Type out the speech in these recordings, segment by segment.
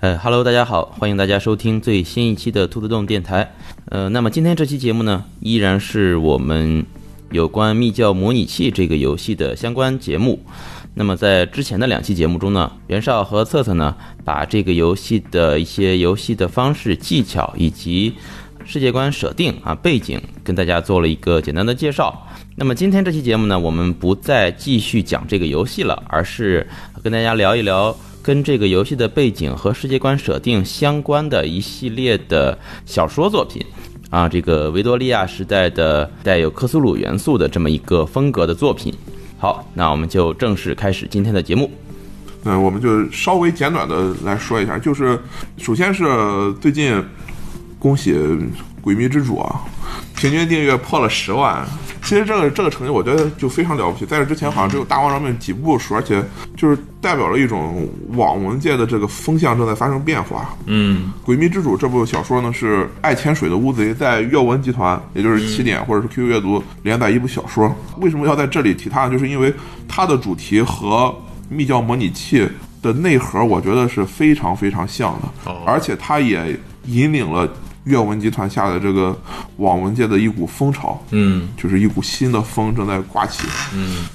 呃哈喽，大家好，欢迎大家收听最新一期的兔子洞电台。呃，那么今天这期节目呢，依然是我们有关密教模拟器这个游戏的相关节目。那么在之前的两期节目中呢，袁绍和策策呢，把这个游戏的一些游戏的方式、技巧以及世界观设定啊背景，跟大家做了一个简单的介绍。那么今天这期节目呢，我们不再继续讲这个游戏了，而是跟大家聊一聊跟这个游戏的背景和世界观设定相关的一系列的小说作品。啊，这个维多利亚时代的带有科苏鲁元素的这么一个风格的作品。好，那我们就正式开始今天的节目。嗯，我们就稍微简短的来说一下，就是首先是最近恭喜《鬼迷之主》啊，平均订阅破了十万。其实这个这个成就，我觉得就非常了不起。在这之前，好像只有《大王》上面几部书，而且就是代表了一种网文界的这个风向正在发生变化。嗯， 《鬼迷之主》这部小说呢，是爱潜水的乌贼在阅文集团，也就是起嗯点或者是 QQ 阅读连载一部小说。为什么要在这里提它？就是因为它的主题和密教模拟器的内核，我觉得是非常非常像的哦，而且它也引领了阅文集团下的这个网文界的一股风潮。嗯，就是一股新的风正在刮起，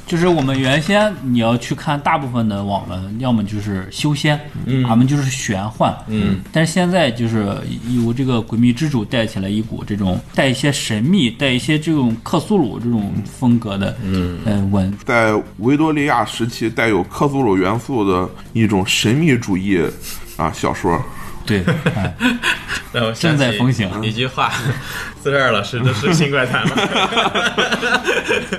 就是我们原先你要去看大部分的网文，要么就是修仙，嗯，要么就是玄幻，嗯。但是现在就是由这个《诡秘之主》带起来一股这种带一些神秘、带一些这种克苏鲁这种风格的，嗯，呃文，在维多利亚时期带有克苏鲁元素的一种神秘主义啊小说。 对，哎，那我正在风行一句话，四十二老师这是新怪谈 吗？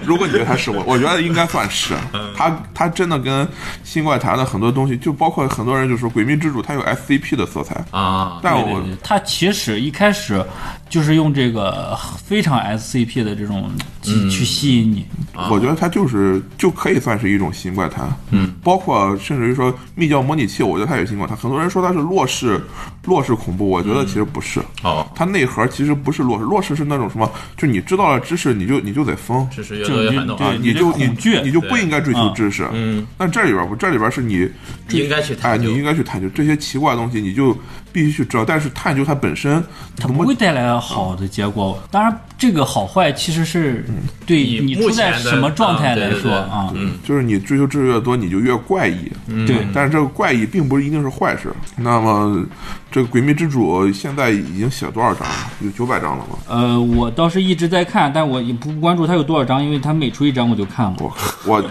如果你觉得它是我，我 觉得应该算是。它它真的跟新怪谈的很多东西，就包括很多人就说《诡秘之主》它有 SCP 的色彩，啊，但对我对对，他其实一开始就是用这个非常 SCP 的这种去去吸引你，我觉得它就是就可以算是一种新怪谈。嗯，包括甚至于说密教模拟器，我觉得它也是新怪谈。很多人说它是洛氏洛氏恐怖，我觉得其实不是。嗯哦好，它内核其实不是洛氏，洛氏是那种什么，就你知道了知识，你就你就得疯，知识越就多越你反动对啊，你你就得你恐惧你就不对应该追求嗯知识。嗯，那这里边不，这里边是你追应该去哎，探究啊你应该去探究这些奇怪的东西，你就必须去知道。但是探究它本身，它怎不么会带来好的结果。当然，这个好坏其实是对以你处目在前的什么状态来说啊啊。就是你追求知识越多，你就越怪异。嗯，对，但是这个怪异并不一定是坏事。那么，这个《诡秘之主》现在已经写了多少章了？有九百章了吗？呃，我倒是一直在看，但我也不关注它有多少章，因为它每出一章我就看了。我我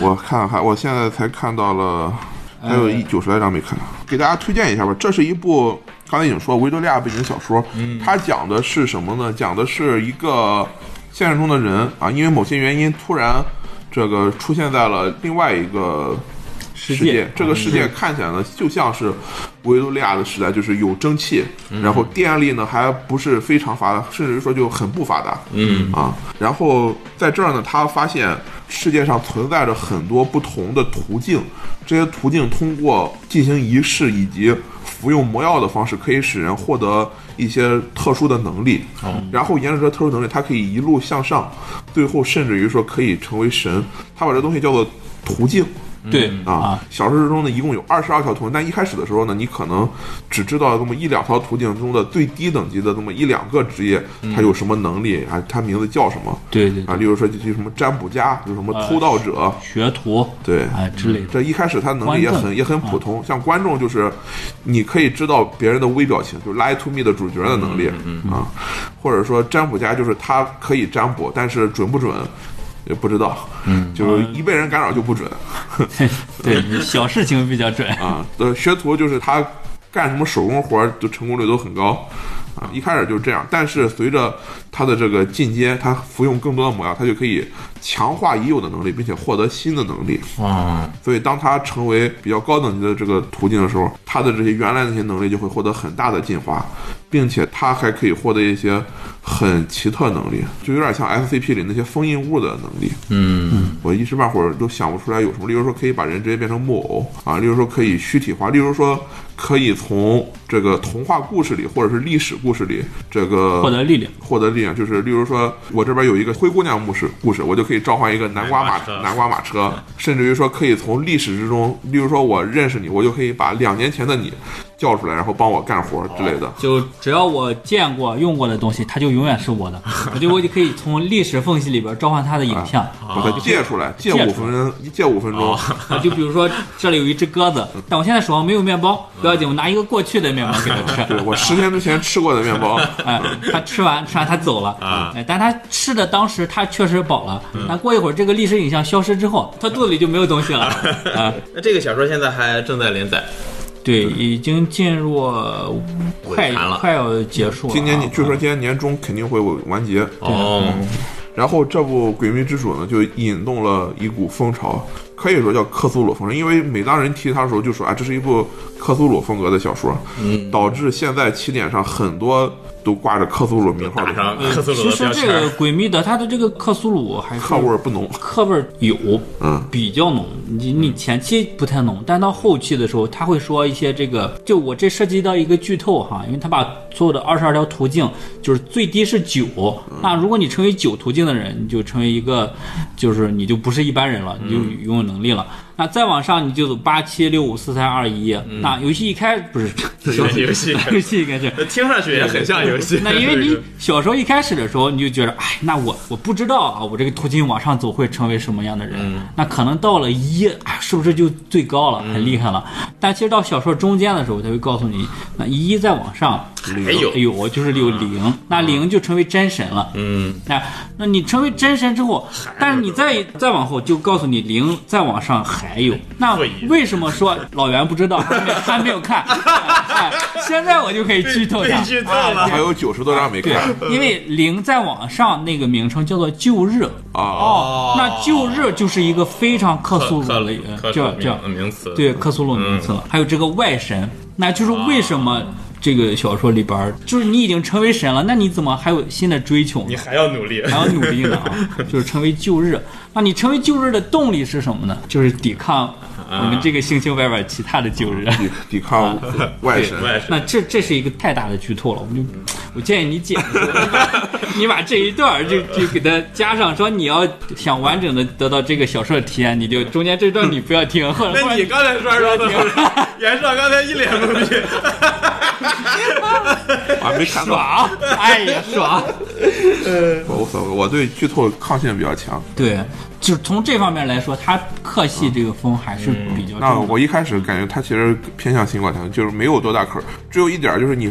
我看看，我现在才看到了，还有一九十来章没看。给大家推荐一下吧，这是一部刚才已经说维多利亚背景小说，它讲的是什么呢？讲的是一个现实中的人啊，因为某些原因突然这个出现在了另外一个世世界，这个世界看起来呢，就像是维多利亚的时代，就是有蒸汽，然后电力呢还不是非常发达，甚至于说就很不发达。嗯啊，然后在这儿呢，他发现世界上存在着很多不同的途径，这些途径通过进行仪式以及服用魔药的方式，可以使人获得一些特殊的能力。然后沿着这特殊能力，他可以一路向上，最后甚至于说可以成为神。他把这东西叫做途径。对啊啊，小说中呢一共有二十二条途径，但一开始的时候呢，你可能只知道这么一两条途径中的最低等级的这么一两个职业，嗯它有什么能力啊，它名字叫什么对对，对啊？例如说就就什么占卜家，有什么偷盗者，学徒对。啊之类的。 这一开始他能力也观很众啊也很普通，像观众就是，你可以知道别人的微表情，就是 lie to me 的主角的能嗯力啊，或者说占卜家就是他可以占卜，但是准不准也不知道，嗯就是哎一被人干扰就不准。对，小事情比较 准。啊，呃，学徒就是他干什么手工活儿就成功率都很高，啊，一开始就是这样。但是随着他的这个进阶，他服用更多的魔药，他就可以强化已有的能力，并且获得新的能力。啊，所以当他成为比较高等级的这个途径的时候，他的这些原来那些能力就会获得很大的进化，并且他还可以获得一些很奇特能力，就有点像 SCP 里那些封印物的能力。嗯，我一时半会儿都想不出来有什么，例如说可以把人直接变成木偶啊，例如说可以虚体化，例如说可以从这个童话故事里或者是历史故事里这个获得力量，获得力量，就是例如说我这边有一个灰姑娘故事故事，我就可以召唤一个南瓜马南瓜车南瓜马车，甚至于说可以从历史之中，例如说我认识你，我就可以把两年前的你叫出来，然后帮我干活之类的。就只要我见过、用过的东西，它就永远是 我的。我就我就可以从历史缝隙里边召唤它的影像。把它借出来，借借五出分钟，借五分钟，啊，就比如说这里有一只鸽子，但我现在手上没有面包，不要紧，我拿一个过去的面包给它吃。 对我十天之前吃过的面包，哎，他吃完吃完他走了啊嗯哎，但他吃的当时他确实饱了，但过一会儿这个历史影像消失之后，他肚子里就没有东西了 啊。那这个小说现在还正在连载，对，已经进入呃快尾盘了快要结束了啊。今年你据说今年年中肯定会完结。嗯哦，然后这部《诡秘之主》呢，就引动了一股风潮，可以说叫克苏鲁风潮。因为每当人提它的时候，就说啊，这是一部克苏鲁风格的小说，嗯导致现在起点上很多都挂着克苏鲁名号打上的，克苏其鲁的实标这签个儿，诡秘的它的这个克苏鲁还是克味儿不 浓。克味儿有，嗯，比较浓。你你前期不太浓，但到后期的时候，他会说一些这个，就我这涉及到一个剧透哈，因为他把所有的二十二条途径，就是最低是九、那如果你成为九途径的人，你就成为一个，就是你就不是一般人了，你就拥有能力了。那再往上你就走八七六五四三二一，那游戏一开不是游戏 游戏一开始。听上去也很像游戏。 那因为你小时候一开始的时候，你就觉得，哎，那我我不知道啊，我这个途径往上走会成为什么样的人？嗯那可能到了一，啊是不是就最高了，很厉害了？嗯但其实到小说中间的时候，他会告诉你，那一再往上，还有哎，呦，就是有零，那零就成为真神了。嗯，那那你成为真神之后，但是你再再往后就告诉你零，再往上还哎有。那会议为什么说老袁不知道，他没他没有 看、哎现在我就可以剧透被他，剧透了哎还有九十多章没对看， 因为零再往上那个名称叫做旧日。哦啊，哦那旧日就是一个非常克苏鲁克的克叫名嗯叫名词，对，克苏鲁名字了，还有这个外神，那就是啊为什么这个小说里边儿，就是你已经成为神了，那你怎么还有新的追求呢你？还要努力，还要努力呢啊！就是成为旧日。那你成为旧日的动力是什么呢？就是抵抗我啊们这个星星外边其他的旧日。抵抵抗外神。外是 那这这是一个太大的剧透了，我们就我建议你剪，你把 你把这一段儿就就给它加上，说你要想完整的得到这个小说的体验，你就中间这段你不要 听，或者或那你者刚才说说的，袁绍刚才一脸懵逼，啊，没看到， 爽，哎呀爽，我无所谓，我对剧透抗性比较强。对，就是从这方面来说，他克系这个风还是比嗯较重啊那的。我一开始感觉它其实偏向新冠糖，就是没有多大坑儿，只有一点儿就是你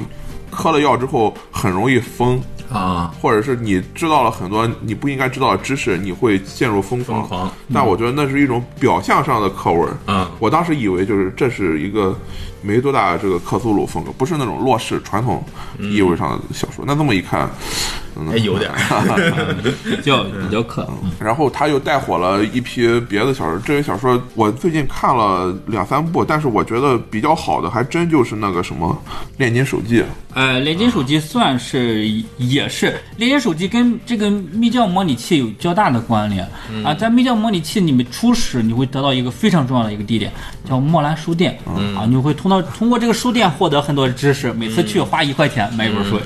喝了药之后很容易疯，啊，或者是你知道了很多你不应该知道的知识，你会陷入疯狂。疯狂但我觉得那是一种表象上的克味儿。嗯我当时以为就是这是一个没多大的这个克苏鲁风格，不是那种洛氏传统意味上的小说。那这么一看，嗯还哎有点儿，比较比较克，然后他又带火了一批别的小说。这些小说我最近看了两三部，但是我觉得比较好的还真就是那个什么《炼金手记》。呃，雷金手机算是也是雷金手机跟这个密教模拟器有较大的关联嗯啊，在密教模拟器里面初始你会得到一个非常重要的一个地点，叫莫兰书店嗯啊，你会通到通过这个书店获得很多知识，每次嗯去花一块钱买一本书。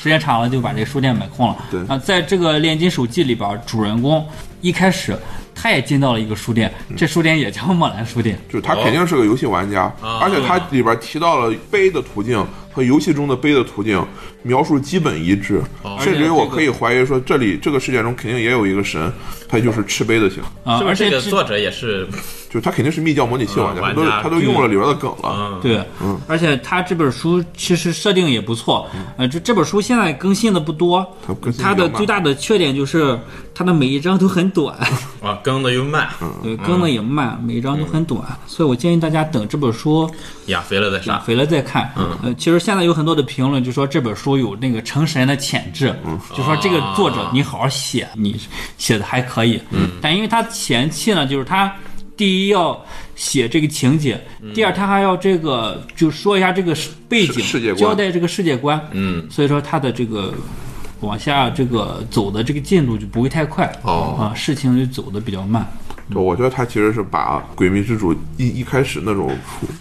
时间长了就把这个书店买空了。对啊，在这个《炼金手记》里边，主人公一开始他也进到了一个书店，嗯这书店也叫莫兰书店。就是他肯定是个游戏玩家，哦而且他里边提到了杯的途径和游戏中的杯的途径描述基本一致，哦甚至于我可以怀疑说这里这个世界中肯定也有一个神，他就是吃杯的型，啊，是不而是且这个这作者也是就是他肯定是密教模拟器玩家，嗯他都玩家他都用了里边的梗了。嗯，对，而且他这本书其实设定也不错，呃，这这本书现在更新的不多它更，新它比较的慢最大的缺点就是它的每一章都很短，嗯啊，更的又慢，对，更的也慢，每一章都很短，所以我建议大家等这本书养肥了再养上，肥了再看。嗯呃，其实现在有很多的评论就说这本书有那个成神的潜质，嗯就说这个作者你好好写，你写的还可以。嗯但因为他前期呢，就是他第一要写这个情节，第二他还要这个就说一下这个背景，世世界观交代这个世界观。嗯，所以说他的这个。往下这个走的这个进度就不会太快哦啊，事情就走的比较慢。对，我觉得他其实是把《诡秘之主》一一开始那种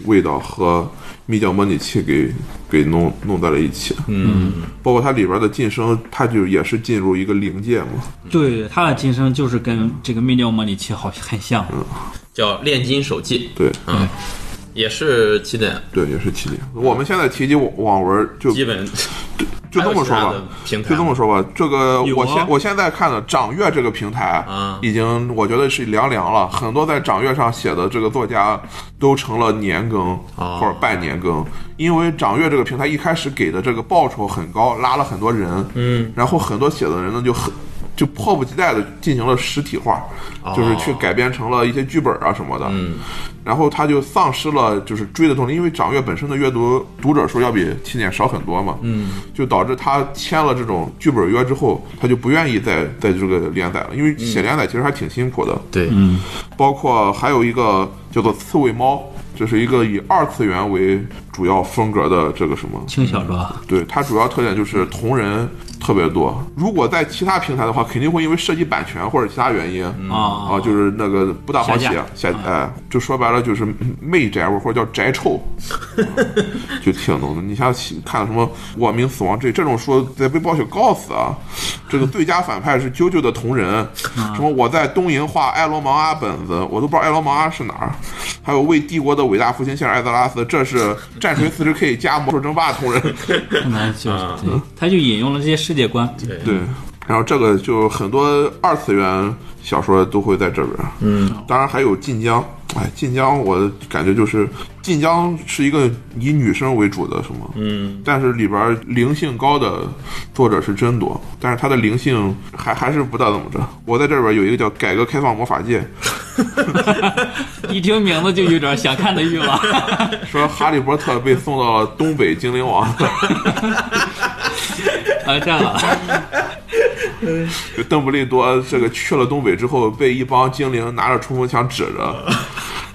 味道和密教模拟器给给弄弄在了一起，嗯，包括它里边的晋升，它就也是进入一个灵界嘛。对他的晋升就是嗯跟这个密教模拟器好很像，叫《炼金手记对，》，也是起点，对，也是起点。我们现在提及网网文，就基本就这么说还有吧其他的，平台就这么说吧。这个有啊我现我现在看的掌阅这个平台啊已经我觉得是凉凉了。很多在掌阅上写的这个作家都成了年更哦或者半年更，因为掌阅这个平台一开始给的这个报酬很高，拉了很多人，嗯，然后很多写的人呢就很。就迫不及待的进行了实体化，就是去改编成了一些剧本啊什么的，哦嗯，然后他就丧失了就是追的动力，因为掌阅本身的阅读读者数要比起点少很多嘛，嗯，就导致他签了这种剧本约之后，他就不愿意再在这个连载了，因为写连载其实还挺辛苦的，对，包括还有一个叫做《刺猬猫》，这是一个以二次元为主要风格的这个什么轻小说，对，它主要特点就是同人特别多。如果在其他平台的话，肯定会因为涉及版权或者其他原因啊、哦就是那个不大好写下架，啊下哎，就说白了就是媚宅味或者叫宅 臭，啊就挺浓的。你像看什么《我名死亡之夜》这种书，得被暴雪告死啊！这个最佳反派是啾啾的同人，啊什么我在东瀛画埃罗芒阿本子，我都不知道埃罗芒阿是哪儿。还有为帝国的伟大复兴献上艾泽拉斯，这是战锤四十 K 加魔兽争霸同人。可能就是对他就引用了这些世界观，对，然后这个就很多二次元小说都会在这边。嗯，当然还有晋江。哎，晋江我感觉就是晋江是一个以女生为主的什么，嗯，但是里边灵性高的作者是真多，但是他的灵性还还是不大怎么着。我在这边有一个叫“改革开放魔法界”， 一听名字就有点想看的欲望。 说哈利波特被送到了东北精灵王，啊，这样啊，就邓布利多呃这个去了东北之后，被一帮精灵拿着冲锋枪指着，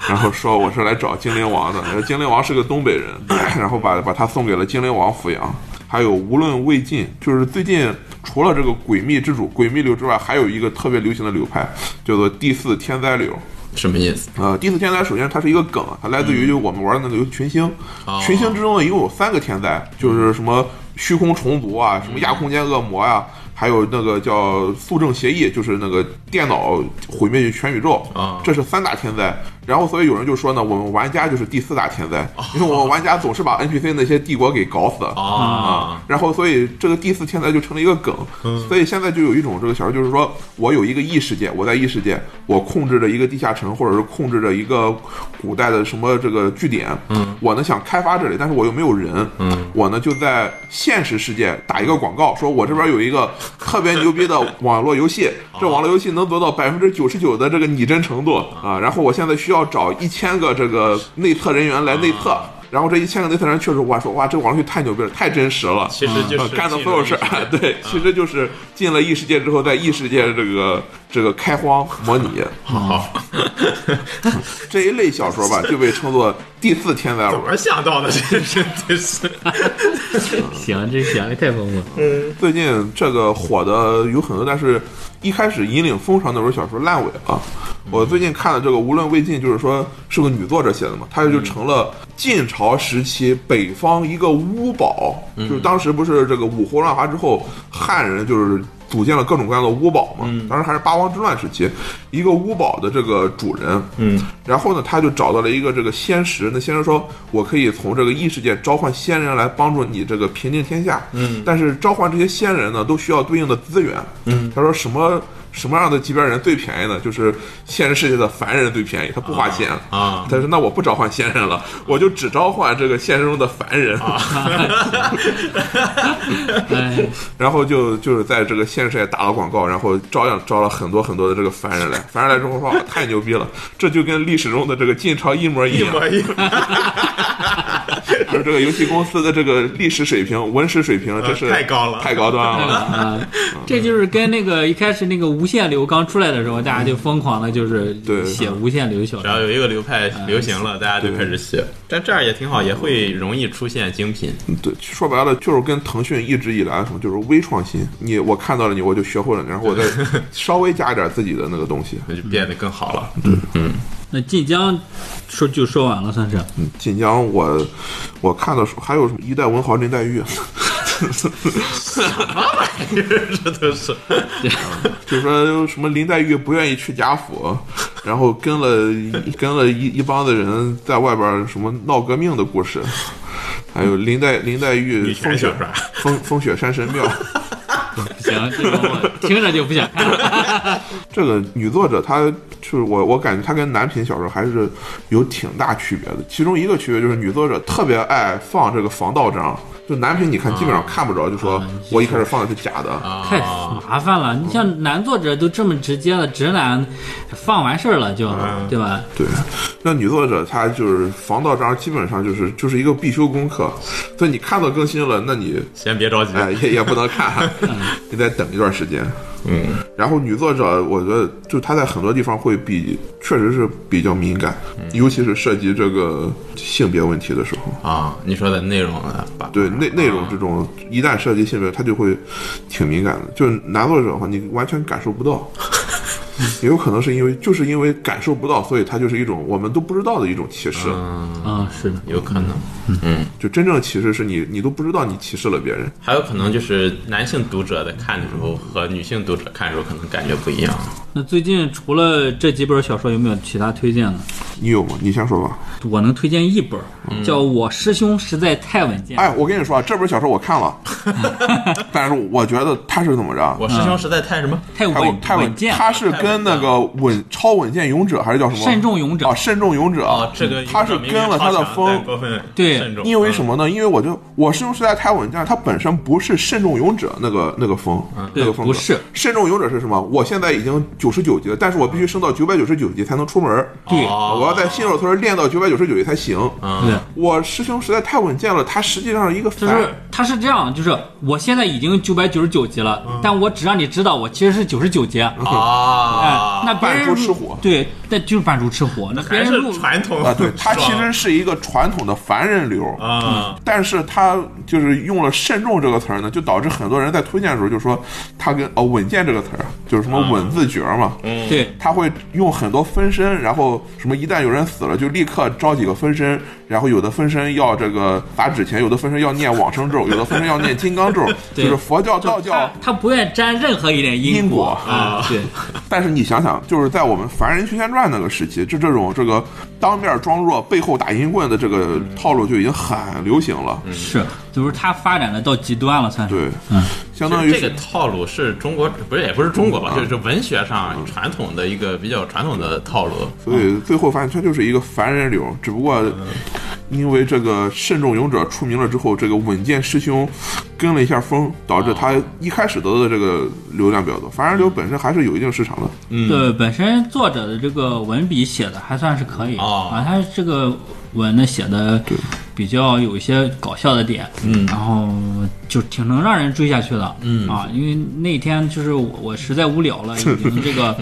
然后说我是来找精灵王的，精灵王是个东北人， 然后把把他送给了精灵王抚养。还有无论魏晋，就是最近除了这个诡秘之主、诡秘流之外，还有一个特别流行的流派，叫做第四天灾流。什么意思？呃，第四天灾首先它是一个梗，它来自于就我们玩的那个群星，群星之中呢一共有三个天灾，就是什么虚空虫族啊，什么亚空间恶魔呀、还有那个叫速证协议，就是那个电脑毁灭全宇宙啊这是三大天灾。然后所以有人就说呢，我们玩家就是第四大天灾，因为我们玩家总是把 NPC 那些帝国给搞死啊，然后所以这个第四天才就成了一个梗，所以现在就有一种这个小说，就是说我有一个异世界，我在异世界，我控制着一个地下城，或者是控制着一个古代的什么这个据点，嗯，我呢想开发这里，但是我又没有人，嗯，我呢就在现实世界打一个广告，说我这边有一个特别牛逼的网络游 戏，这网络游戏能做到百分之九十九的这个拟真程度啊，然后我现在需要找一千个这个内测人员来内测。然后这一千个内测人确实，哇说哇，这网络剧太牛逼了，太真实了，其实就是呃干的进入所有事意识儿，对，其实就是进了异世界之后，在异世界这个这个开荒模拟，好，这一类小说吧，就被称作第四天才文怎。么想到的？这是这是行，这想的太丰富了。最近这个火的有很多，但是一开始引领风潮那本小说烂尾了。我最近看的这个《无论魏晋》，就是说是个女作者写的嘛，她就成了晋朝时期北方一个巫堡，就是当时不是这个五胡乱华之后，汉人就是。组建了各种各样的巫堡嘛，当时还是八王之乱时期，一个巫堡的这个主人，嗯，然后呢，他就找到了一个这个仙石，那仙石说，我可以从这个异世界召唤仙人来帮助你这个平定天下，嗯，但是召唤这些仙人呢，都需要对应的资源，嗯，他说什么什么样的级别人最便宜呢？就是现实世界的凡人最便宜，他不花钱啊他说那我不召唤仙人了，我就只召唤这个现实中的凡人，哎， 然后就就是在这个现实世界打了广告，然后照样招了很多很多的这个凡人来，凡人来之后说哇太牛逼了，这就跟历史中的这个晋朝一模一一样，模一样。而这个游戏公司的这个历史水平、文史水平，真是呃太高了太高端了。啊，这就是跟那个一开始那个无限流刚出来的时候，大家就疯狂的就是对写无限流小然说。后有一个流派流行了，大家就开始写，但这样也挺好，也会容易出现精品。 对，说白了就是跟腾讯一直以来什么就是微创新，你我看到了你，我就学会了你，然后我 再稍微加一点自己的那个东西。那就变得更好了。 那晋江说就说完了，算是晋江我我看的时候还有什么一代文豪林黛玉，这都是就说什么林黛玉不愿意去贾府，然后跟了跟了一一帮子人在外边什么闹革命的故事，还有林黛林黛玉你风全想雪啥？风风雪山神庙。行，这个我 听着就不想看 了。这个女作者她就是我，我感觉她跟男频小说还是有挺大区别的。其中一个区别就是女作者特别爱放这个防盗章，就男频你看基本上看不着，就说我一开始放的是假的。啊太哎麻烦了，你像男作者都这么直接了，直男放完事儿了就，对吧？对，那女作者她就是防盗章，基本上就是就是一个必修功课。所以你看到更新了，那你先别着急，哎也也不能看，你 得等一段时间。嗯，然后女作者，我觉得就她在很多地方会比，确实是比较敏感，尤其是涉及这个性别问题的时候。啊，你说的内容啊，把对内内容这种，一旦涉及性别，他就会挺敏感的。就是男作者的话，你完全感受不到，也有可能是因为就是因为感受不到，所以他就是一种我们都不知道的一种歧视。嗯，是的，有可能，就真正的歧视是你你都不知道你歧视了别人。还有可能就是男性读者在看的时候和女性读者看的时候可能感觉不一样。那最近除了这几本小说，有没有其他推荐的？你有吗？你先说吧。我能推荐一本，嗯叫《我师兄实在太稳健》。哎，我跟你说啊，这本小说我看 了，但是我觉得他是怎么着？啊我师兄实在太什么？太太稳太稳健了，他是跟那个稳超稳健勇者还是叫什么？慎重勇者啊，慎重勇者哦，这个他是跟了他的风，过分对慎重因嗯为什么呢？因为我就我师兄实在太稳健了，他本身不是慎重勇者那个那个风，那个嗯对风不格是慎重勇者是什么？我现在已经九十九级了，但是我必须升到九百九十九级才能出门儿。对哦我要在新手村练到九百九十九级才行。对，我师兄实在太稳健了，他实际上是一个嗯就反是他是这样，就是我现在已经九百九十九级了，嗯但我只让你知道我其实是九十九级。啊哎，，那别人啊扮猪吃虎对，那就是扮猪吃虎。那别还人是录传统啊，对， 他其爽实嗯是一个传统的凡人流。啊，但是他就是用了“慎重”这个词儿呢，就导致很多人在推荐的时候就说他跟哦“稳健”这个词儿就是什么“稳”字诀儿嘛，对他会用很多分身，然后什么一旦有人死了，就立刻招几个分身，然后有的分身要这个打纸钱，有的分身要念往生咒，有的分身要念金刚咒，对就是佛教、道教他。他不愿沾任何一点因果果嗯啊，对，但是你想想，就是在我们凡人修仙传那个时期，就这种这个当面装弱、背后打阴棍的这个套路就已经很流行了。嗯是，就是他发展的到极端了，算是。对，嗯，相就当是于这是啊个套路是中国不是也不是中国吧，就是文学嗯上传统的一个比较传统的套路。所以最后发现它就是一个凡人流，只不过因为这个慎重勇者出名了之后，这个稳健师兄跟了一下风，导致哦他一开始得到的这个流量比较多。凡人流本身还是有一定市场的，对，本身作者的这个文笔写的还算是可以、哦啊，他这个文呢写的比较有一些搞笑的点，嗯，然后就挺能让人追下去的，嗯啊，因为那天就是我我实在无聊了，已经这 个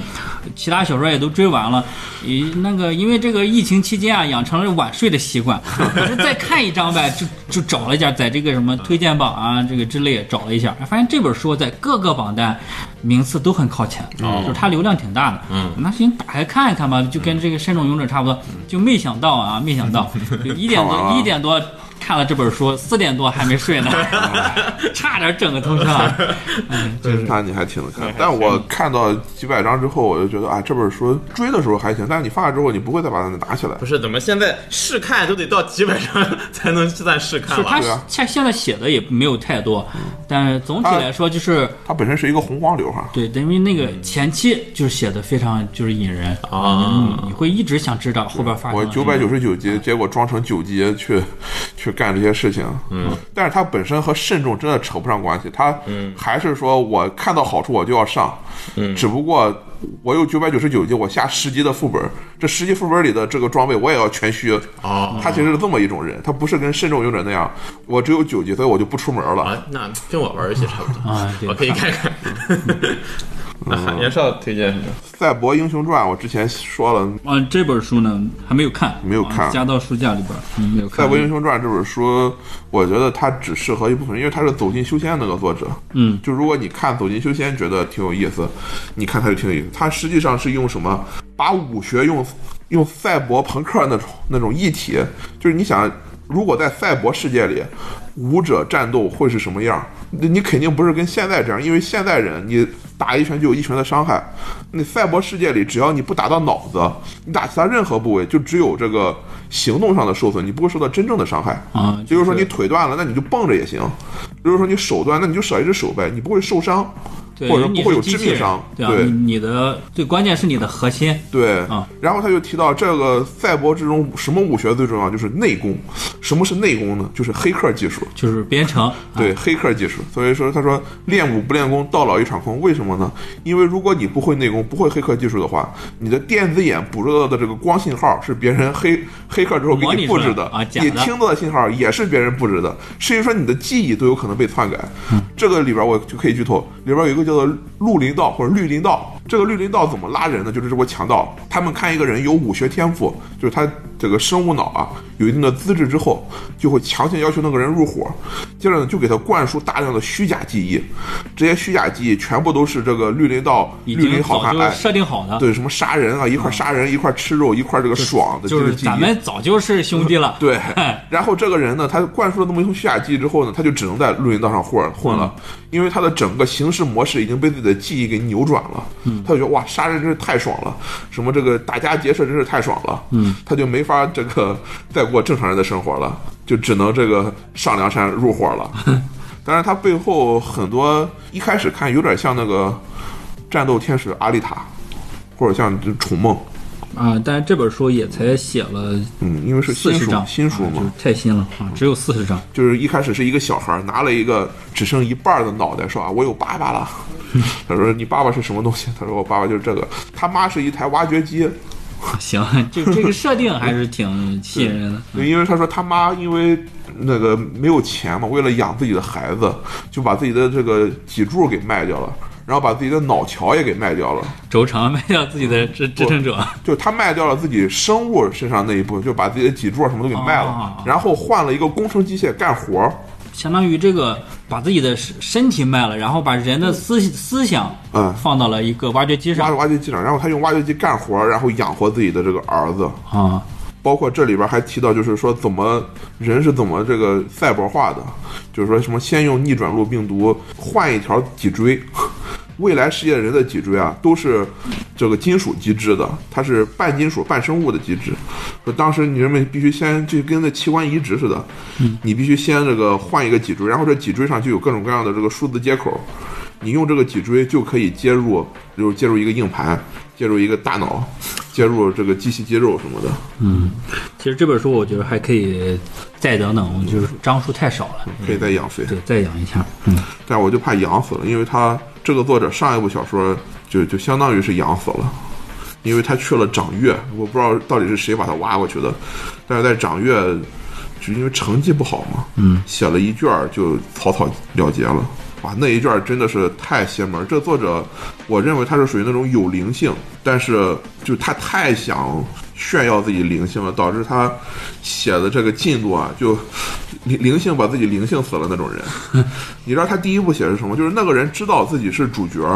其他小说也都追完了，也那个因为这个疫情期间啊，养成了晚睡的习 惯，我说再看一章呗，就就找了一下，在这个什么推荐榜啊这个之类找了一下，发现这本书在各个榜单名次都很靠前，哦就是它流量挺大的。嗯，那行打开看一看吧，就跟这个《深重勇者》差不多。就没想到啊，没 想到，就一点嗯看完多了一点多看了这本书，四点多还没 睡呢，哦差点整个通宵啊。那你还挺能看。但我看到几百章之后，我就觉得啊，这本书追的时候还行，但是你放下之后，你不会再把它拿起来不。是怎么现在试看都得到几百章 才能算试看是他了？对啊他现在写的也没有太多，嗯但是总体他来说就是。它本身是一个洪荒流哈。对，因为那个嗯前期就是写的非常就是引人嗯啊你你会一直想知道后边发生我了什九么。百九十九级，结果装成九级去去干这些事情。嗯，但是他本身和慎重真的扯不上关系，他还是说我看到好处我就要上，嗯，只不过我有九百九十九级，我下十级的副本，这十级副本里的这个装备我也要全虚。哦他其实是这么一种人，他不是跟慎重勇者那样，我只有九级，所以我就不出门了。啊，那跟我玩游戏差不多啊对我可以 看看。那袁绍推荐什么？赛博英雄传我之前说了，嗯，这本书呢还没有看，没有看啊加到书架里边，嗯没有《赛看。博英雄传》这本书，我觉得它只适合一部分人，因为它是走进修仙那个作者。嗯，就如果你看走进修仙觉得挺有意思，你看它就挺有意思。它实际上是用什么把武学用用赛博朋克那种那种一体，就是你想，如果在赛博世界里，武者战斗会是什么样？你你肯定不是跟现在这样，因为现代人你打一拳就有一拳的伤害。那赛博世界里，只要你不打到脑子，你打其他任何部位，就只有这个行动上的受损，你不会受到真正的伤害。啊，就是说你腿断了，那你就蹦着也行；就是说你手断，那你就少一只手呗，你不会受伤，对或者不因为你会有是机致器命人伤。对啊，你你的最关键是你的核心，对，啊然后他就提到这个赛博之中，什么武学最重要？就是内功。什么是内功呢？就是黑客技术。就是编程，啊对，黑客技术。所以说，他说练武不练功，到老一场空。为什么呢？因为如果你不会内功，不会黑客技术的话，你的电子眼捕捉到的这个光信号是别人黑黑客之后给模你拟布出来置的，啊假的你听到的信号也是别人布置的，甚至说你的记忆都有可能被篡改。这个里边我就可以剧透，里边有一个叫做绿林道或者绿林道。这个绿林道怎么拉人呢？就是这波强盗，他们看一个人有武学天赋，就是他这个生物脑啊有一定的资质之后，就会强行要求那个人入伙，接着呢就给他灌输大量的虚假记忆，这些虚假记忆全部都是这个绿林道已绿林经好早汉 就爱。设定好的，对，什么杀人啊，一块杀人，一块吃肉，一块这个爽的这就个是记忆。咱们早就是兄弟了， 对哎，然后这个人呢，他灌输了那么一通虚假记忆之后呢，他就只能在绿林道上混混了，嗯因为他的整个行事模式已经被自己的记忆给扭转了。嗯他就觉得哇，杀人真是太爽了，什么这个打家劫舍真是太爽了。嗯，他就没法这个再过正常人的生活了，就只能这个上梁山入伙 了。当然，他背后很多一开始看有点像那个战斗天使阿丽塔，或者像这楚梦，啊，但是这本书也才写了嗯，因为是四新十书章，新书啊嘛，就是太新了啊，只有四十 章，就是一开始是一个小孩儿拿了一个只剩一半儿的脑袋，说啊，我有爸爸了。他说你爸爸是什么东西？他说我爸爸就是这个，他妈是一台挖掘机。啊行，就这个设定还是挺吸引人的。对因为他说他妈因为那个没有钱嘛，为了养自己的孩子，就把自己的这个脊柱给卖掉了，然后把自己的脑桥也给卖掉了。轴承卖掉自己的嗯支支撑者，就他卖掉了自己生物身上那一部分，就把自己的脊柱啊什么都给卖了啊，然后换了一个工程机械干活儿。 相当于这个把自己的身身体卖了，然后把人的思思想嗯放到了一个挖掘机挖上着挖掘机上，然后他用挖掘机干活儿，然后养活自己的这个儿子。啊，包括这里边还提到，就是说怎么人是怎么这个赛博化的，就是说什么先用逆转录病毒换一条脊椎， 未来世界人的脊椎啊都是这个金属基质的，它是半金属半生物的基质。说当时你人们必须先就跟那器官移植似的，你必须先这个换一个脊椎，然后这脊椎上就有各种各样的这个数字接口，你用这个脊椎就可以接入，比如接入一个硬盘，接入一个大脑，接入这个机器肌肉什么的。其实这本书我觉得还可以再等等，就是章数太少了，可以再养肥，对，再养一下。嗯，但我就怕养死了，因为他这个作者上一部小说就就相当于是养死了，因为他去了掌阅，我不知道到底是谁把他挖过去的，但是在掌阅就因为成绩不好嘛，嗯，写了一卷儿就草草了结了。哇，那一卷儿真的是太邪门儿！这作者，我认为他是属于那种有灵性，但是就他太想炫耀自己灵性了，导致他写的这个进度啊，就灵灵性把自己灵性死了那种人。你知道他第一部写的是什么？就是那个人知道自己是主角，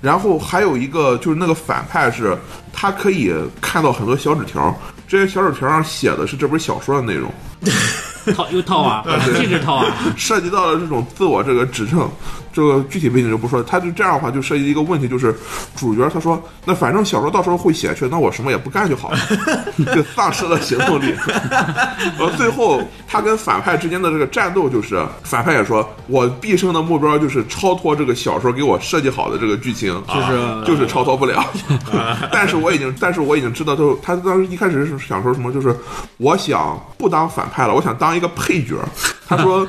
然后还有一个就是那个反派是，他可以看到很多小纸条，这些小纸条上写的是这本小说的内容， 套又套娃，这是套啊娃。涉及到了这种自我这个指证，这个具体背景就不说了。他就这样的话，就涉及一个问题，就是主角他说，那反正小说到时候会写去，那我什么也不干就 好了，就丧失了行动力。呃，最后他跟反派之间的这个战斗，就是反派也说，我毕生的目标就是超脱这个小说给我设计好的这个剧情，啊就是就是超脱不 了。啊 但是我已经，但是我已经知道，就是他当时一开始是想说什么，就是我想不当反派了，我想当一个配角。他 说，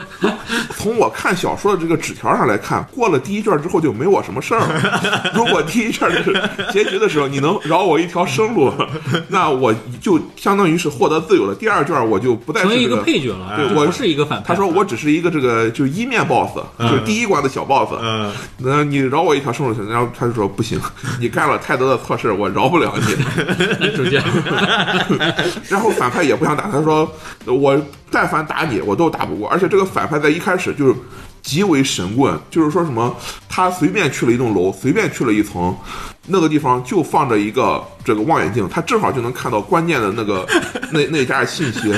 从我看小说的这个纸条上来看，过了第一卷之后就没我什么事儿了。 如果第一卷就是结局的时候，你能饶我一条生路， 那我就相当于是获得自由了。第二卷我就不再成是为一这个个。配角了，对就我不是一个反派。他说：“我只是一个这个就一面 boss，就是嗯第一关的小 boss。嗯，那你饶我一条生路行？”然后他就说：“不行，你干了太多的错事，我饶不了你。” 男主角，然后反派也不想打，他说：“我但凡打你，我都打不过。”而且这个反派在一开始就是极为神棍，就是说什么他随便去了一栋楼，随便去了一层，那个地方就放着一个这个望远镜，他正好就能看到关键的那个那那一家的信息。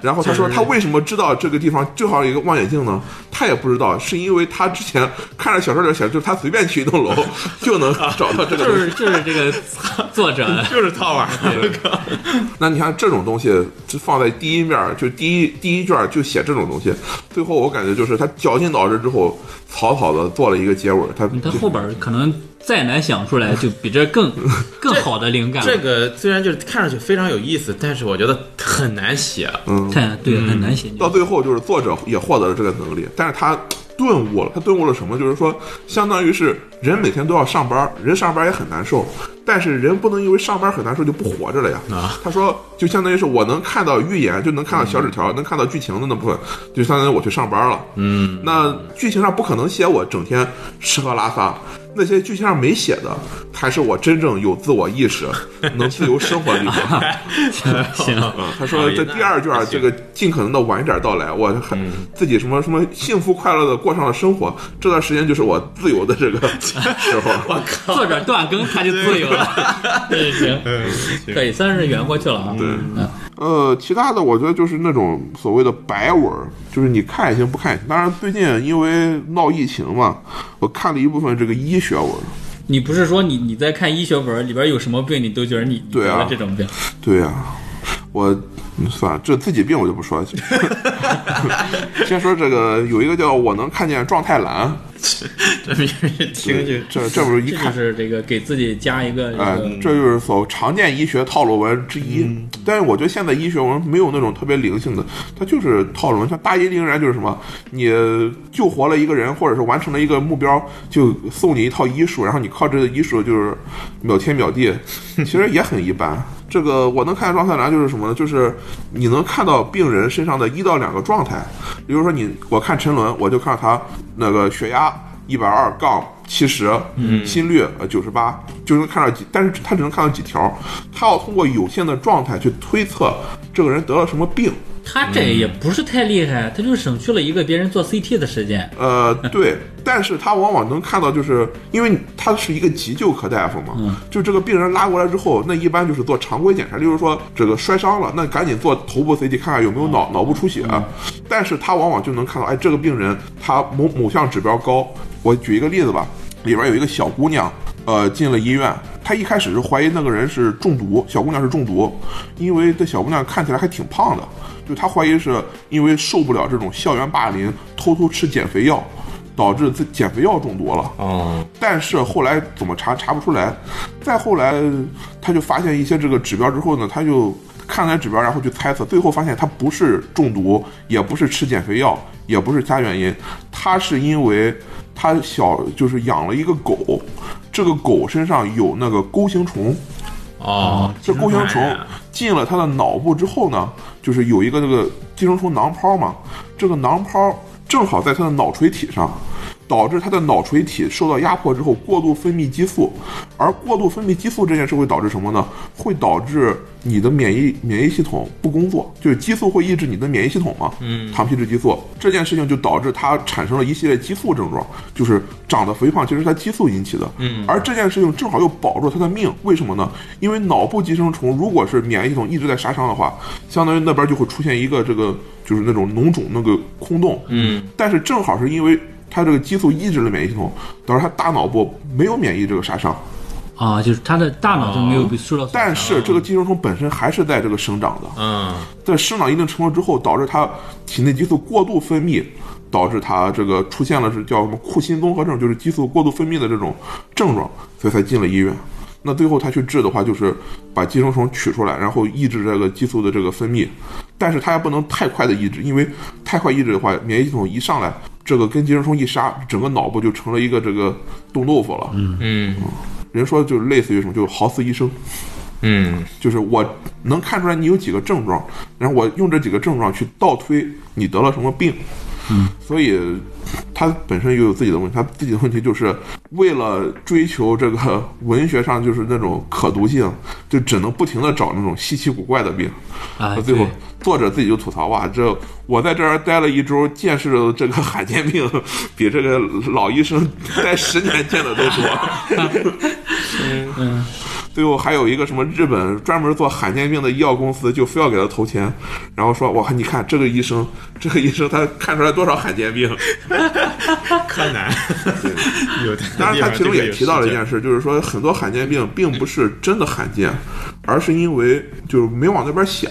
然后他说他为什么知道这个地方正好有一个望远镜呢？他也不知道，是因为他之前看着小说里写，就是他随便去一栋楼 就能找到这个东就西。是就是这个作者就是套娃，那你看这种东西，就放在第一面儿，就第一第一卷儿就写这种东西，最后我感觉就是他绞尽脑汁之后，草草的做了一个结尾，他他后边儿可能再难想出来，就比这更更好的灵感。这个虽然就是看上去非常有意思，但是我觉得很难写。嗯 太对很难写。到最后就是作者也获得了这个能力，但是他顿悟了，他顿悟了什么？就是说，相当于是人每天都要上班，人上班也很难受，但是人不能因为上班很难受就不活着了呀。啊他说，就相当于是我能看到预言，就能看到小纸条，能看到剧情的那部分，就相当于我去上班了。嗯，那剧情上不可能写我整天吃喝拉撒，那些剧情上没写的，才是我真正有自我意 识、能自由生活的地方。行，嗯他说这第二卷儿这个尽可能的晚一点到来，我还自己什么什么幸福快乐的过上了生活，这段时间就是我自由的这个时候。作者断更他就自由了。 对，行，嗯嗯可以算是圆过去了啊。对，呃，其他的我觉得就是那种所谓的白文儿，就是你看也行，不看也行。当然最近因为闹疫情嘛，我看了一部分这个医学文儿。你不是说你你在看医学文里边有什么病，你都觉得你对啊你得了这种病？对呀、我嗯算了，这自己病我就不说了。先说这个，有一个叫我能看见状态栏，这名儿一听就这这不是一这看就是这个给自己加一个这哎个，这就是所常见医学套路文之一。但是我觉得现在医学文没有那种特别灵性的，它就是套路文。像大义凛然就是什么，你救活了一个人，或者是完成了一个目标，就送你一套医术，然后你靠这个医术就是秒天秒地，其实也很一般。这个我能看见状态栏就是什么呢？就是你能看到病人身上的一到两个状态，比如说你我看陈伦，我就看到他那个血压一百二杠七十，心率呃九十八，就能看到几，但是他只能看到几条，他要通过有限的状态去推测这个人得了什么病。他这也不是太厉害，他就省去了一个别人做 CT 的时间。呃，对，但是他往往能看到，就是因为他是一个急救科大夫嘛，就这个病人拉过来之后，那一般就是做常规检查，例如说这个摔伤了，那赶紧做头部 CT 看看有没有脑脑部出血、啊但是他往往就能看到，哎，这个病人他某某项指标高。我举一个例子吧，里边有一个小姑娘，呃，进了医院。她一开始是怀疑那个人是中毒，小姑娘是中毒，因为这小姑娘看起来还挺胖的，就她怀疑是因为受不了这种校园霸凌，偷偷吃减肥药，导致自减肥药中毒了。哦，但是后来怎么查查不出来，再后来他就发现一些这个指标之后呢，他就看来指标，然后去猜测，最后发现他不是中毒，也不是吃减肥药，也不是其他原因，他是因为他小就是养了一个狗，这个狗身上有那个钩形虫，哦，这钩形虫进了它的脑部之后呢，就是有一个这个寄生虫囊泡嘛，这个囊泡正好在它的脑垂体上，导致它的脑垂体受到压迫之后过度分泌激素，而过度分泌激素这件事会导致什么呢？会导致你的免疫免疫系统不工作，就是激素会抑制你的免疫系统嘛，嗯，糖皮质激素这件事情就导致它产生了一系列激素症状，就是长得肥胖，其实是它激素引起的，嗯，而这件事情正好又保住他的命，为什么呢？因为脑部寄生虫如果是免疫系统一直在杀伤的话，相当于那边就会出现一个这个就是那种脓肿那个空洞，嗯，但是正好是因为它这个激素抑制了免疫系统，导致它大脑部没有免疫这个杀伤，啊，就是他的大脑就没有被受到损哦但伤。是这个寄生虫本身还是在这个生长的，嗯，在生长一定程度之后，导致它体内激素过度分泌，导致它这个出现了是叫什么库欣综合症，就是激素过度分泌的这种症状，所以才进了医院。那最后他去治的话，就是把寄生虫取出来，然后抑制这个激素的这个分泌，但是它也不能太快的抑制，因为太快抑制的话，免疫系统一上来，这个跟寄生虫一杀，整个脑部就成了一个这个冻豆腐了。嗯嗯，人说就是类似于什么，就是豪斯医生。嗯，就是我能看出来你有几个症状，然后我用这几个症状去倒推你得了什么病。嗯，所以他本身也有自己的问题，他自己的问题就是为了追求这个文学上就是那种可读性，就只能不停的找那种稀奇古怪的病。啊，那最后对作者自己就吐槽哇，这我在这儿待了一周，见识的这个罕见 病比这个老医生待十年见的都多。嗯最后还有一个什么日本专门做罕见病的医药公司，就非要给他投钱，然后说哇，你看这个医生，这个医生他看出来多少罕见病。柯南 有的地 方当然，他其中也提到了一件事，事，就是说很多罕见病并不是真的罕见，而是因为就是没往那边想，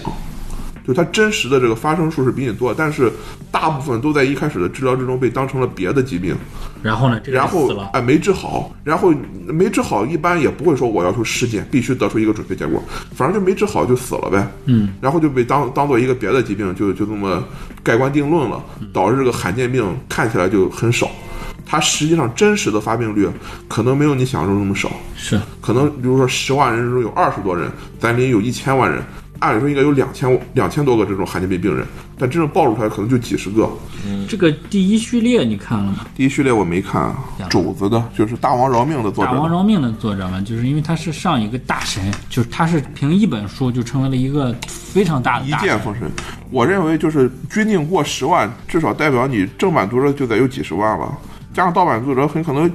就它真实的这个发生数是比你多，但是大部分都在一开始的治疗之中被当成了别的疾病，然后呢，这个然人后死了，哎没治好，然后没治好，一般也不会说我要求尸检，必须得出一个准确结果，反正就没治好就死了呗，嗯，然后就被当当做一个别的疾病，就就这么盖棺定论了，嗯导致这个罕见病看起来就很少，它实际上真实的发病率可能没有你想象中那么少，是可能比如说十万人中有二十多人，咱临有一千万人，按理说应该有两千两千多个这种罕见病病人，但真正暴露出来可能就几十个。嗯这个第一序列你看了吗？第一序列我没看，肘子的就是《大王饶命》的作大王者，饶命的作者嘛，就是因为他是上一个大神，就是他是凭一本书就成为了一个非常大的一大神剑。封神。我认为就是拘定过十万，至少代表你正版读者就得有几十万了，加上盗版读者很可能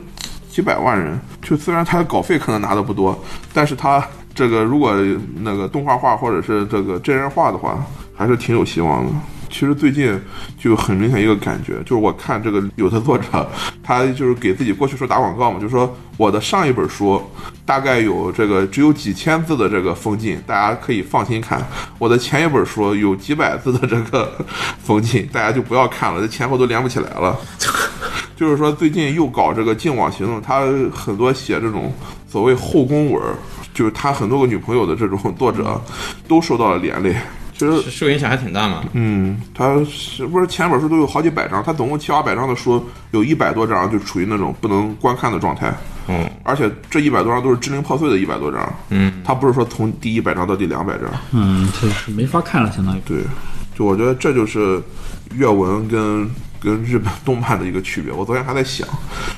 几百万人。就虽然他的稿费可能拿的不多，但是他这个如果那个动画化或者是这个真人化的话，还是挺有希望的。其实最近就很明显一个感觉，就是我看这个有的作者，他就是给自己过去说打广告嘛，就说我的上一本书大概有这个只有几千字的这个封禁，大家可以放心看；我的前一本书有几百字的这个封禁，大家就不要看了，这前后都连不起来了。就是说最近又搞这个净网行动，他很多写这种所谓后宫文儿，就是他很多个女朋友的这种作者，都受到了连累。其实受影响还挺大嘛。嗯，他是不是前本书都有好几百章？他总共七八百章的书，有一百多章就处于那种不能观看的状态，嗯，而且这一百多章都是支零破碎的一百多章。嗯，他不是说从第一百章到第两百章。嗯，这是没法看了，相当于。对，就我觉得这就是阅文跟跟日本动漫的一个区别。我昨天还在想，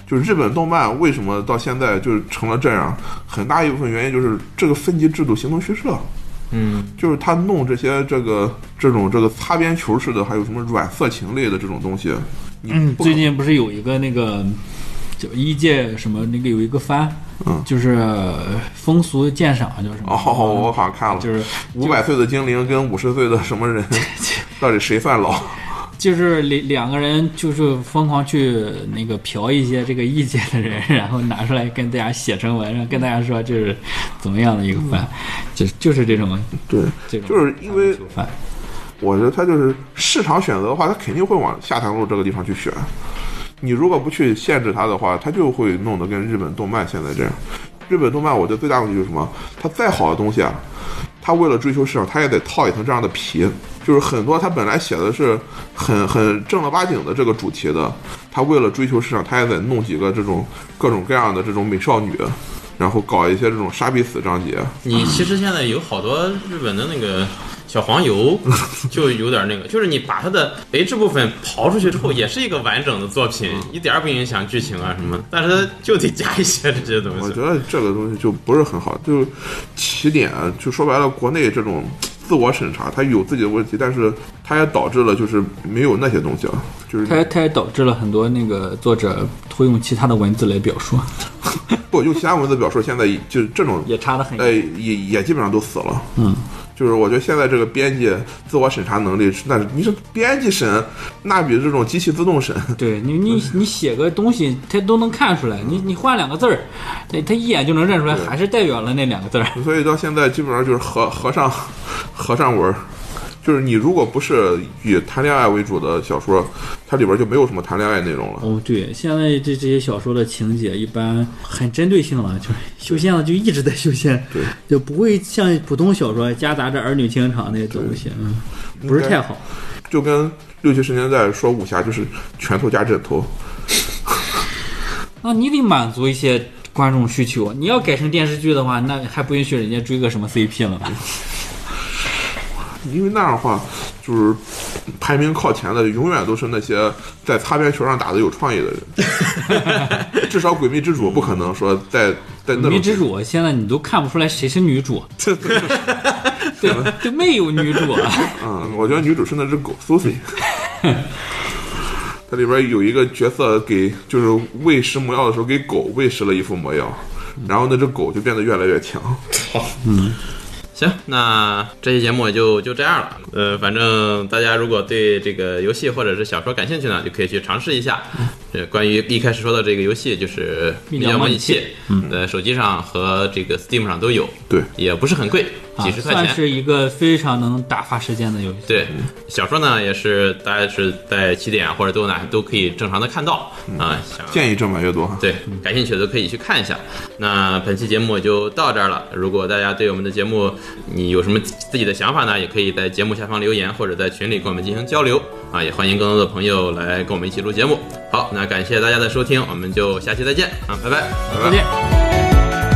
就是日本动漫为什么到现在就是成了这样，很大一部分原因就是这个分级制度形同虚设。嗯，就是他弄这些这个这种这个擦边球似的，还有什么软色情类的这种东西，你嗯，不可最近不是有一个那个叫一届什么那个有一个番，嗯就是呃风俗鉴赏啊叫什么？呃哦，我好像看了，嗯 就是五百岁的精灵跟五十岁的什么人，到底谁算老？就是两两个人就是疯狂去那个嫖一些这个异界的人， 然后拿出来跟大家写成文，然后跟大家说这是怎么样的一个番，就是就是这种对，这种嗯就是因为番。我觉得他就是市场选择的话，他肯定会往下潭路这个地方去选。你如果不去限制它的话，它就会弄得跟日本动漫现在这样。日本动漫，我觉得最大问题就是什么？它再好的东西啊，它为了追求市场，它也得套一层这样的皮。就是很多它本来写的是很很正儿八经的这个主题的，它为了追求市场，它也得弄几个这种各种各样的这种美少女，然后搞一些这种杀必死章节。你其实现在有好多日本的那个小黄油，就有点那个，就是你把它的 H 部分刨出去之后，也是一个完整的作品，一点儿不影响剧情啊什么的，但是它就得加一些这些东我西觉。得这个东西就不是很好，就起点就说白了，国内这种自我审查，它有自己的问题，但是它也导致了就是没有那些东西了，就是它它也导致了很多那个作者偷用其他的文字来 表述，不用其他文字表述，现在就是这种也差得很呃，也也基本上都死了。嗯，就是我觉得现在这个编辑自我审查能力是，那是你是编辑审，那比这种机器自动审， 对你，你你写个东西，他都能看出来。你你换两个字儿，他他一眼就能认出来，还是代表了那两个字儿。所以到现在基本上就是和和尚和尚文儿，就是你如果不是以谈恋爱为主的小说，它里边就没有什么谈恋爱内容了。哦，对，现在这这些小说的情节一般很针对性了，就是 修仙了就一直在修仙，对，就不会像普通小说夹杂着儿女情长那些东西，嗯，不是太好。就跟六七十年代说武侠就是拳头加枕头，那你得满足一些观众需求，你要改成电视剧的话，那还不允许人家追个什么 CP 了吧？因为那样的话，就是排名靠前的永远都是那些在擦边球上打的有创意的人。 至少《诡秘之主》不可能说在在那女种之主现在你都看不出来谁是女主， 对，就没有女主啊。嗯，我觉得女主是那只狗 Susie。它里边有一个角色给，就是喂食魔药的时候给狗喂食了一副魔药，然后呢，这狗就变得越来越强。行，那这期节目也就就这样了。呃，反正大家如果对这个游戏或者是小说感兴趣呢，就可以去尝试一下。这关于一开始说的这个游戏，就是《密密教教模模拟拟器器》，呃，手机上和这个 Steam 上都有，对，也不是很贵，啊 几十块 算钱。是一个非常能打发时间的游戏。对，小说呢也是大家是在起点或者都哪都可以正常的看到啊、想建议正版阅读哈。对，感兴趣的都可以去看一下。那本期节目就到这儿了。如果大家对我们的节目你有什么自己的想法呢，也可以在节目下方留言，或者在群里跟我们进行交流啊。也欢迎更多的朋友来跟我们一起录节目。好，那感谢大家的收听，我们就下期再见啊，拜拜。再见。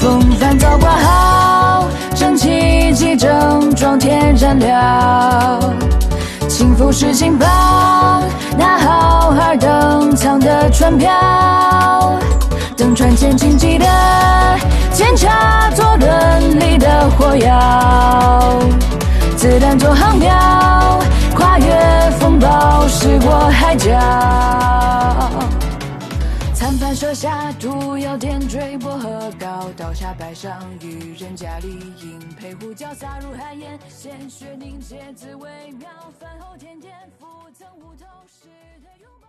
风帆早挂好，整齐集整装添燃料。幸福是金榜，拿好二等舱的船票。等船前请记得检查左轮里的火药，子弹做航标，跨越风暴，驶过海角。餐盘设下毒药点缀薄荷膏，倒下摆上渔人家里饮，配胡椒撒入海盐，鲜血凝结滋味妙，饭后甜甜，浮层无头是的拥抱。